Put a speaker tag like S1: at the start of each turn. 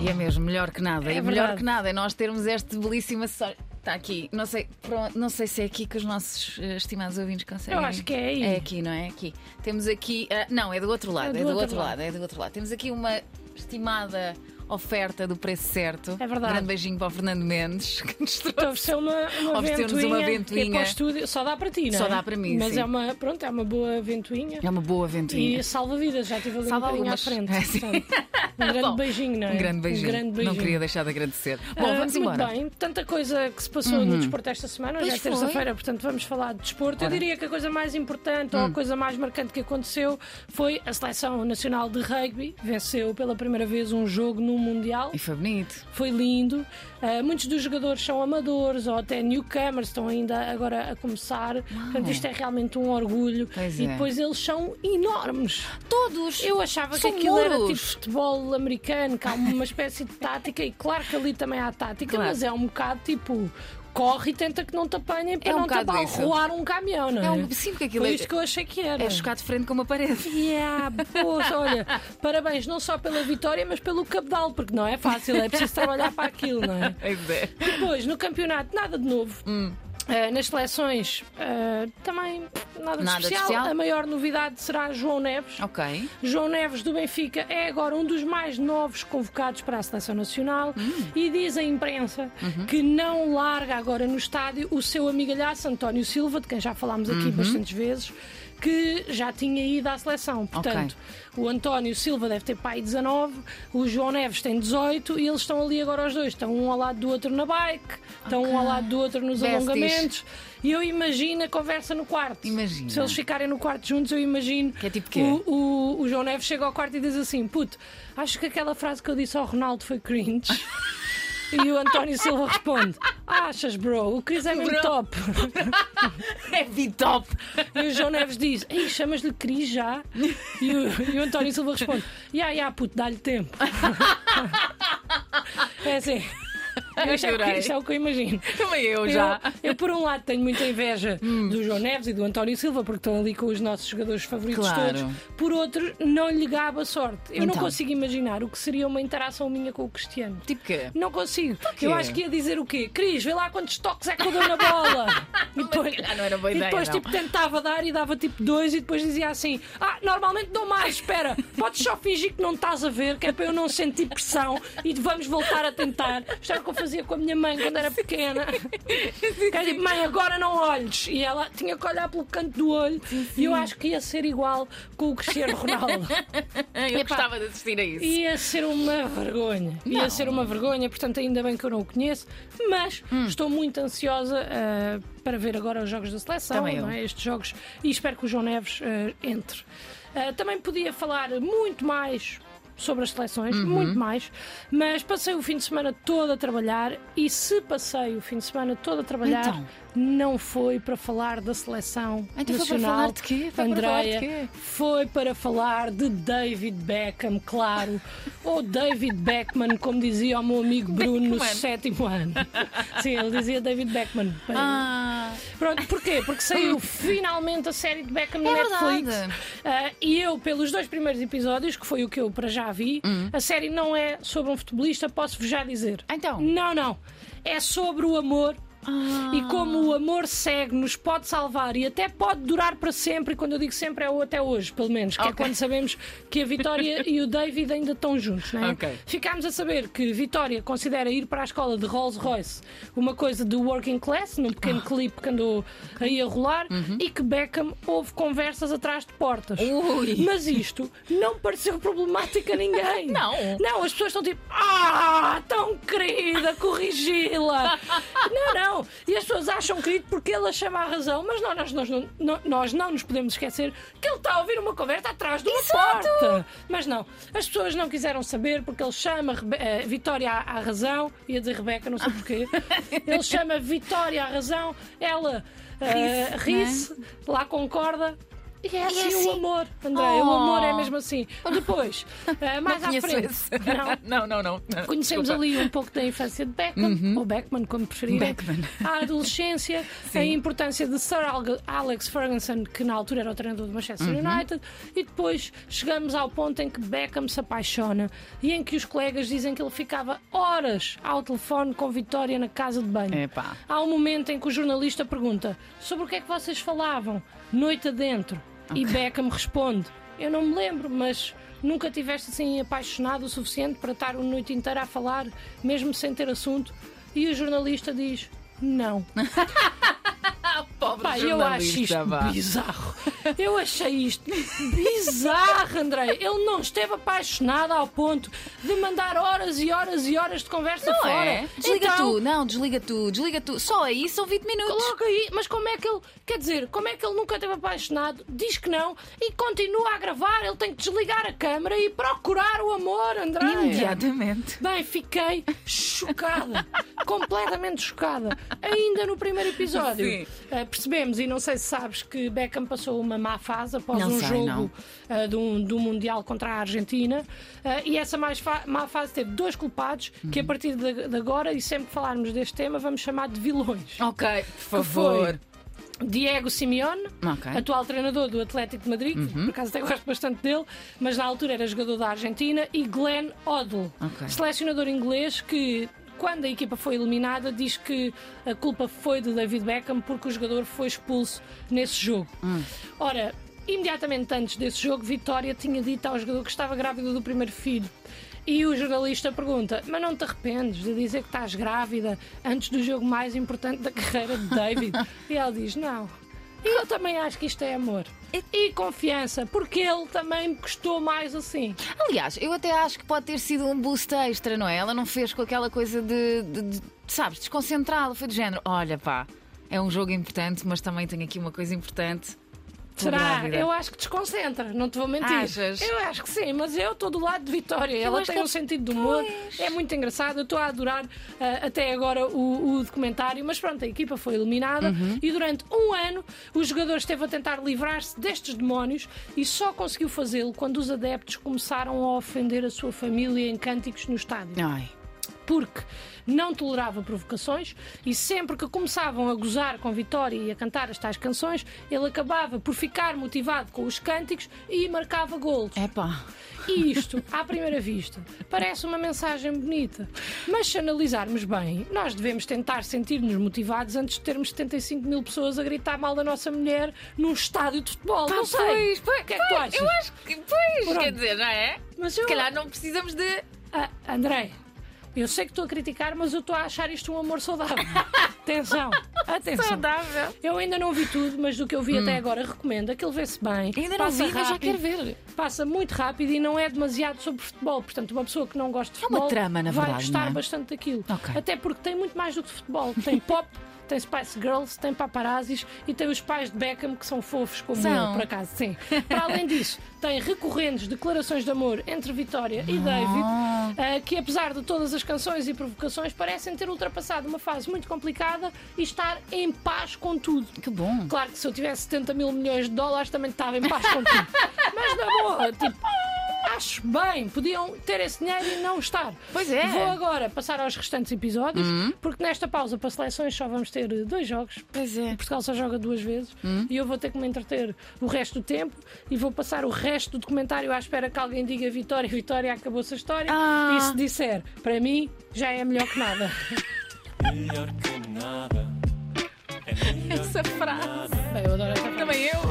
S1: E é mesmo, melhor que nada.
S2: É
S1: e melhor
S2: verdade.
S1: que nada é nós termos este belíssimo acessório. Está aqui. Não sei, pronto, não sei se é aqui que os nossos eh, estimados ouvintes conseguem.
S2: Eu acho que é aí.
S1: É aqui, não é? Aqui. Temos aqui. ah, não, é do outro lado. É do, outro, lado. é do outro lado. Temos aqui uma estimada oferta do preço certo.
S2: É verdade.
S1: Grande beijinho para o Fernando Mendes, que nos
S2: Então,
S1: trouxe.
S2: ofereceu uma, uma
S1: Ofereceu-nos
S2: ventoinha.
S1: uma
S2: que é
S1: ventoinha.
S2: para o estúdio. Só dá para ti, não
S1: Só
S2: é?
S1: dá para mim,
S2: Mas
S1: sim.
S2: é uma, pronto, é uma boa ventoinha.
S1: É uma boa aventura.
S2: E salva vidas, já estive ali
S1: Salva
S2: um bocadinho
S1: algumas.
S2: à frente.
S1: É, sim.
S2: portanto, um grande
S1: Bom,
S2: beijinho, não é?
S1: Um grande beijinho.
S2: Um grande beijinho.
S1: Não queria deixar de agradecer. Bom,
S2: Ah,
S1: vamos embora. Uhum.
S2: Muito bem, tanta coisa que se passou no desporto esta semana, hoje
S1: Pois
S2: é
S1: foi.
S2: terça-feira, portanto vamos falar de desporto. Eu
S1: Ora. Hum.
S2: diria que a coisa mais importante ou a coisa mais marcante que aconteceu foi a seleção nacional de rugby, venceu pela primeira vez um jogo num Mundial.
S1: E foi bonito.
S2: Foi lindo. Ah, muitos dos jogadores são amadores ou até newcomers, estão ainda agora a começar. Portanto, isto é realmente um orgulho.
S1: Pois
S2: e
S1: é.
S2: depois eles são enormes.
S1: Todos!
S2: Eu achava
S1: São
S2: que aquilo era tipo
S1: muros.
S2: futebol americano, que há uma espécie de tática, e claro que ali também há tática,
S1: Claro.
S2: mas é um bocado tipo. Corre e tenta que não te apanhem para
S1: É um
S2: não te
S1: bocado isso.
S2: abalroar um caminhão, não é?
S1: É um- sim, porque aquilo
S2: Foi
S1: é-
S2: isto que eu achei que era.
S1: É chocar de frente com uma parede.
S2: Yeah, poxa, olha, parabéns não só pela vitória, mas pelo cabedal, porque não é fácil, é preciso trabalhar para aquilo, não é?
S1: Pois é.
S2: Depois, no campeonato, nada de novo.
S1: Hum.
S2: Ah, nas seleções, ah, também nada,
S1: Nada de
S2: de especial.
S1: especial.
S2: A maior novidade será João Neves.
S1: Ok.
S2: João Neves do Benfica é agora um dos mais novos convocados para a seleção nacional
S1: Hum.
S2: e diz a imprensa
S1: Uhum.
S2: que não larga agora no estádio o seu amigalhaço António Silva, de quem já falámos
S1: Uhum.
S2: aqui bastantes vezes, que já tinha ido à seleção. Portanto, o António Silva deve ter pai 19, o João Neves tem 18 e eles estão ali agora os dois. Estão um ao lado do outro na bike, estão um ao lado do outro nos
S1: Besties.
S2: alongamentos. E eu imagino a conversa no quarto.
S1: Imagina.
S2: Se eles ficarem no quarto juntos, eu imagino
S1: Que é tipo quê?
S2: o, o, o João Neves chega ao quarto e diz assim: puto, acho que aquela frase que eu disse ao Ronaldo foi cringe. E o António Silva responde: "Ah, Achas, bro? O Cris é mesmo
S1: Bro.
S2: top.
S1: É V-top!
S2: E o João Neves diz: Ei, chamas-lhe Cris já? E o, e o António Silva responde: Ya, ya, puto, dá-lhe tempo. É assim. Eu isto, é o que,
S1: Adorei.
S2: isto é o que eu imagino.
S1: Também eu já. Hum.
S2: Eu, eu, por um lado, tenho muita inveja do João Neves e do António Silva, porque estão ali com os nossos jogadores favoritos
S1: Claro.
S2: todos. Por outro, não lhe gaba a sorte. Eu não
S1: Então.
S2: consigo imaginar o que seria uma interação minha com o Cristiano.
S1: Tipo quê?
S2: Não consigo. Eu acho que ia dizer o quê? Cris, vê lá quantos toques é que eu dou na bola. E depois,
S1: calhar não era boa
S2: e
S1: ideia,
S2: depois
S1: não.
S2: tipo, tentava dar e dava tipo dois e depois dizia assim: Ah, normalmente dou mais, espera, podes só fingir que não estás a ver, que é para eu não sentir pressão e vamos voltar a tentar. Isto era o que eu fazia com a minha mãe quando era pequena. Que era tipo, mãe, agora não olhes. E ela tinha que olhar pelo canto do olho e eu acho que ia ser igual com o Cristiano Ronaldo.
S1: Ah, Eu
S2: Epá.
S1: gostava de assistir a isso.
S2: Ia ser uma vergonha. Ia
S1: Não.
S2: ser uma vergonha, portanto, ainda bem que eu não o conheço, mas
S1: Hum.
S2: estou muito ansiosa ah, para ver agora os jogos da seleção,
S1: Também Então eu.
S2: não é? estes jogos, e espero que o João Neves ah, entre. Ah, também podia falar muito mais sobre as seleções,
S1: Uhum.
S2: muito mais, mas passei o fim de semana todo a trabalhar e se passei o fim de semana todo a trabalhar,
S1: Então?
S2: não foi para falar da seleção
S1: Então foi para
S2: nacional.
S1: falar de quê? Foi para
S2: Andreia,
S1: falar de quê?
S2: foi para falar de David Beckham, claro. Ou David Beckman, como dizia o meu amigo Bruno no
S1: Beckman.
S2: sétimo ano. Sim, ele dizia David Beckman.
S1: Ah,
S2: Pronto, porquê? Porque saiu finalmente a série de Beckham no
S1: É
S2: Netflix.
S1: verdade.
S2: Ah, e eu, pelos dois primeiros episódios, que foi o que eu para já vi,
S1: Hum.
S2: a série não é sobre um futebolista, posso-vos já dizer.
S1: Então?
S2: Não, não. É sobre o amor. E
S1: Ah.
S2: como o amor segue, nos pode salvar e até pode durar para sempre. E quando eu digo sempre, é o até hoje, pelo menos, que é
S1: Ok.
S2: quando sabemos que a Vitória e o David ainda estão juntos, não é?
S1: Ok.
S2: Ficámos a saber que Vitória considera ir para a escola de Rolls Royce uma coisa do working class, num pequeno
S1: Ah.
S2: clipe que andou aí a rolar,
S1: Uhum.
S2: e que Beckham houve conversas atrás de portas.
S1: Ui.
S2: Mas isto não pareceu problemático a ninguém.
S1: Não.
S2: Não, as pessoas estão tipo, ah, tão querida, corrigi-la. não, não. E as pessoas acham querido porque ele a chama à razão, mas não, nós, nós, não- não, nós não nos podemos esquecer que ele está a ouvir uma conversa atrás de uma porta. Mas não, as pessoas não quiseram saber porque ele chama Rebe- eh, Vitória à, à razão, ia dizer Rebeca, não sei porquê. ele chama Vitória à razão, ela eh,
S1: Ri-se, não é?
S2: ri-se, lá concorda. E é assim,
S1: assim.
S2: o amor, André.
S1: Oh.
S2: O amor é mesmo assim. Depois, eh, mais à
S1: conheço
S2: frente.
S1: esse.
S2: Não.
S1: Não, não, não. não.
S2: Conhecemos
S1: Desculpa.
S2: ali um pouco da infância de Beckman, ou Uhum. Beckman, como preferirem.
S1: Beckman.
S2: A adolescência, a importância de Sir Al- Alex Ferguson, que na altura era o treinador do Manchester United, e depois chegamos ao ponto em que Beckham se apaixona e em que os colegas dizem que ele ficava horas ao telefone com Vitória na casa de banho.
S1: Epá.
S2: Há um momento em que o jornalista pergunta sobre o que é que vocês falavam noite adentro. E Beckham responde: Eu não me lembro, mas nunca tiveste assim apaixonado o suficiente para estar uma noite inteira a falar, mesmo sem ter assunto. E o jornalista diz: Não.
S1: Pobre
S2: Pá, eu acho
S1: jornalista,
S2: isto
S1: vá.
S2: bizarro. Eu achei isto bizarro, André. Ele não esteve apaixonado ao ponto de mandar horas e horas e horas de conversa
S1: Não
S2: fora.
S1: é? Desliga
S2: Então,
S1: tu, não, desliga tu, desliga tu. Só aí são 20 minutos.
S2: Coloca aí, mas como é que ele. Quer dizer, como é que ele nunca esteve apaixonado? Diz que não e continua a gravar. Ele tem que desligar a câmara e procurar o amor, André.
S1: Imediatamente.
S2: Bem, fiquei chocada, completamente chocada. Ainda no primeiro episódio,
S1: Sim.
S2: eh, percebemos, e não sei se sabes, que Beckham passou uma má fase após
S1: Não
S2: um
S1: sei,
S2: jogo
S1: não.
S2: eh, de um, de um Mundial contra a Argentina. eh, e essa mais fa- má fase teve dois culpados, que
S1: Uhum.
S2: a partir de, de agora, e sempre que falarmos deste tema, vamos chamar de vilões.
S1: Ok, por favor.
S2: Diego Simeone,
S1: Ok. Uhum.
S2: atual treinador do Atlético de Madrid, por acaso até gosto bastante dele, mas na altura era jogador da Argentina, e Glenn Odell,
S1: Ok.
S2: selecionador inglês que. Quando a equipa foi eliminada, diz que a culpa foi de David Beckham porque o jogador foi expulso nesse jogo. Ora, imediatamente antes desse jogo, Vitória tinha dito ao jogador que estava grávida do primeiro filho. E o jornalista pergunta: Mas não te arrependes de dizer que estás grávida antes do jogo mais importante da carreira de David? e ele diz: Não. E eu também acho que isto é amor. E confiança, porque ele também me custou mais assim.
S1: Aliás, eu até acho que pode ter sido um boost extra, não é? Ela não fez com aquela coisa de, de- de- sabes, desconcentrado. Foi do género: olha, pá, é um jogo importante, mas também tenho aqui uma coisa importante. Estou
S2: Será?
S1: grávida.
S2: Eu acho que desconcentra, não te vou mentir.
S1: Achas?
S2: Eu acho que sim, mas eu estou do lado de Vitória. Ela
S1: acho
S2: tem
S1: que-
S2: um sentido de humor,
S1: Pois.
S2: é muito engraçada. Eu estou a adorar ah, até agora o, o documentário, mas pronto, a equipa foi eliminada
S1: Uhum.
S2: e durante um ano o jogador esteve a tentar livrar-se destes demónios e só conseguiu fazê-lo quando os adeptos começaram a ofender a sua família em cânticos no estádio
S1: Ai,
S2: porque não tolerava provocações e sempre que começavam a gozar com Vitória e a cantar as tais canções, ele acabava por ficar motivado com os cânticos e marcava golos.
S1: é pá.
S2: E isto, à primeira vista, parece uma mensagem bonita. Mas se analisarmos bem, nós devemos tentar sentir-nos motivados antes de termos 75 mil pessoas a gritar mal da nossa mulher num estádio de futebol.
S1: Tá
S2: não sei.
S1: Pois, pois,
S2: O que é que tu
S1: pois,
S2: achas?
S1: Eu acho que, pois,
S2: Pronto.
S1: quer dizer, não é?
S2: Mas
S1: Se
S2: eu-
S1: calhar não precisamos de.
S2: Ah, André, eu sei que estou a criticar, mas eu estou a achar isto um amor saudável. atenção, atenção.
S1: Saudável.
S2: Eu ainda não vi tudo, mas do que eu vi até agora recomendo. Aquilo vê-se bem.
S1: Hum. Ainda não
S2: passa
S1: vi, mas já
S2: rápido,
S1: quero ver.
S2: Passa muito rápido e não é demasiado sobre futebol. Portanto, uma pessoa que não gosta de
S1: É uma
S2: futebol
S1: trama, na
S2: vai
S1: verdade,
S2: gostar
S1: não é?
S2: bastante daquilo.
S1: Ok.
S2: Até porque tem muito mais do que futebol. Tem pop. Tem Spice Girls, tem paparazzis e tem os pais de Beckham que são fofos como
S1: São.
S2: eu, por acaso, sim. Para além disso, tem recorrentes declarações de amor entre Vitória e David,
S1: Ah.
S2: eh, que apesar de todas as canções e provocações, parecem ter ultrapassado uma fase muito complicada e estar em paz com tudo.
S1: Que bom.
S2: Claro que se eu tivesse 70 mil milhões de dólares também estava em paz com tudo. Mas na boa, tipo, acho bem, podiam ter esse dinheiro e não estar.
S1: Pois é. Hum.
S2: Vou agora passar aos restantes episódios, porque nesta pausa para seleções só vamos ter eh, dois jogos.
S1: Pois é. Hum?
S2: Portugal só joga duas vezes e eu vou ter que me entreter o resto do tempo e vou passar o resto do documentário à espera que alguém diga Vitória, Vitória, acabou-se a história.
S1: Ah.
S2: E se disser, para mim, já é melhor que nada.
S3: Melhor que nada. É melhor
S1: Essa frase.
S2: Bem, eu adoro essa
S1: Também eu.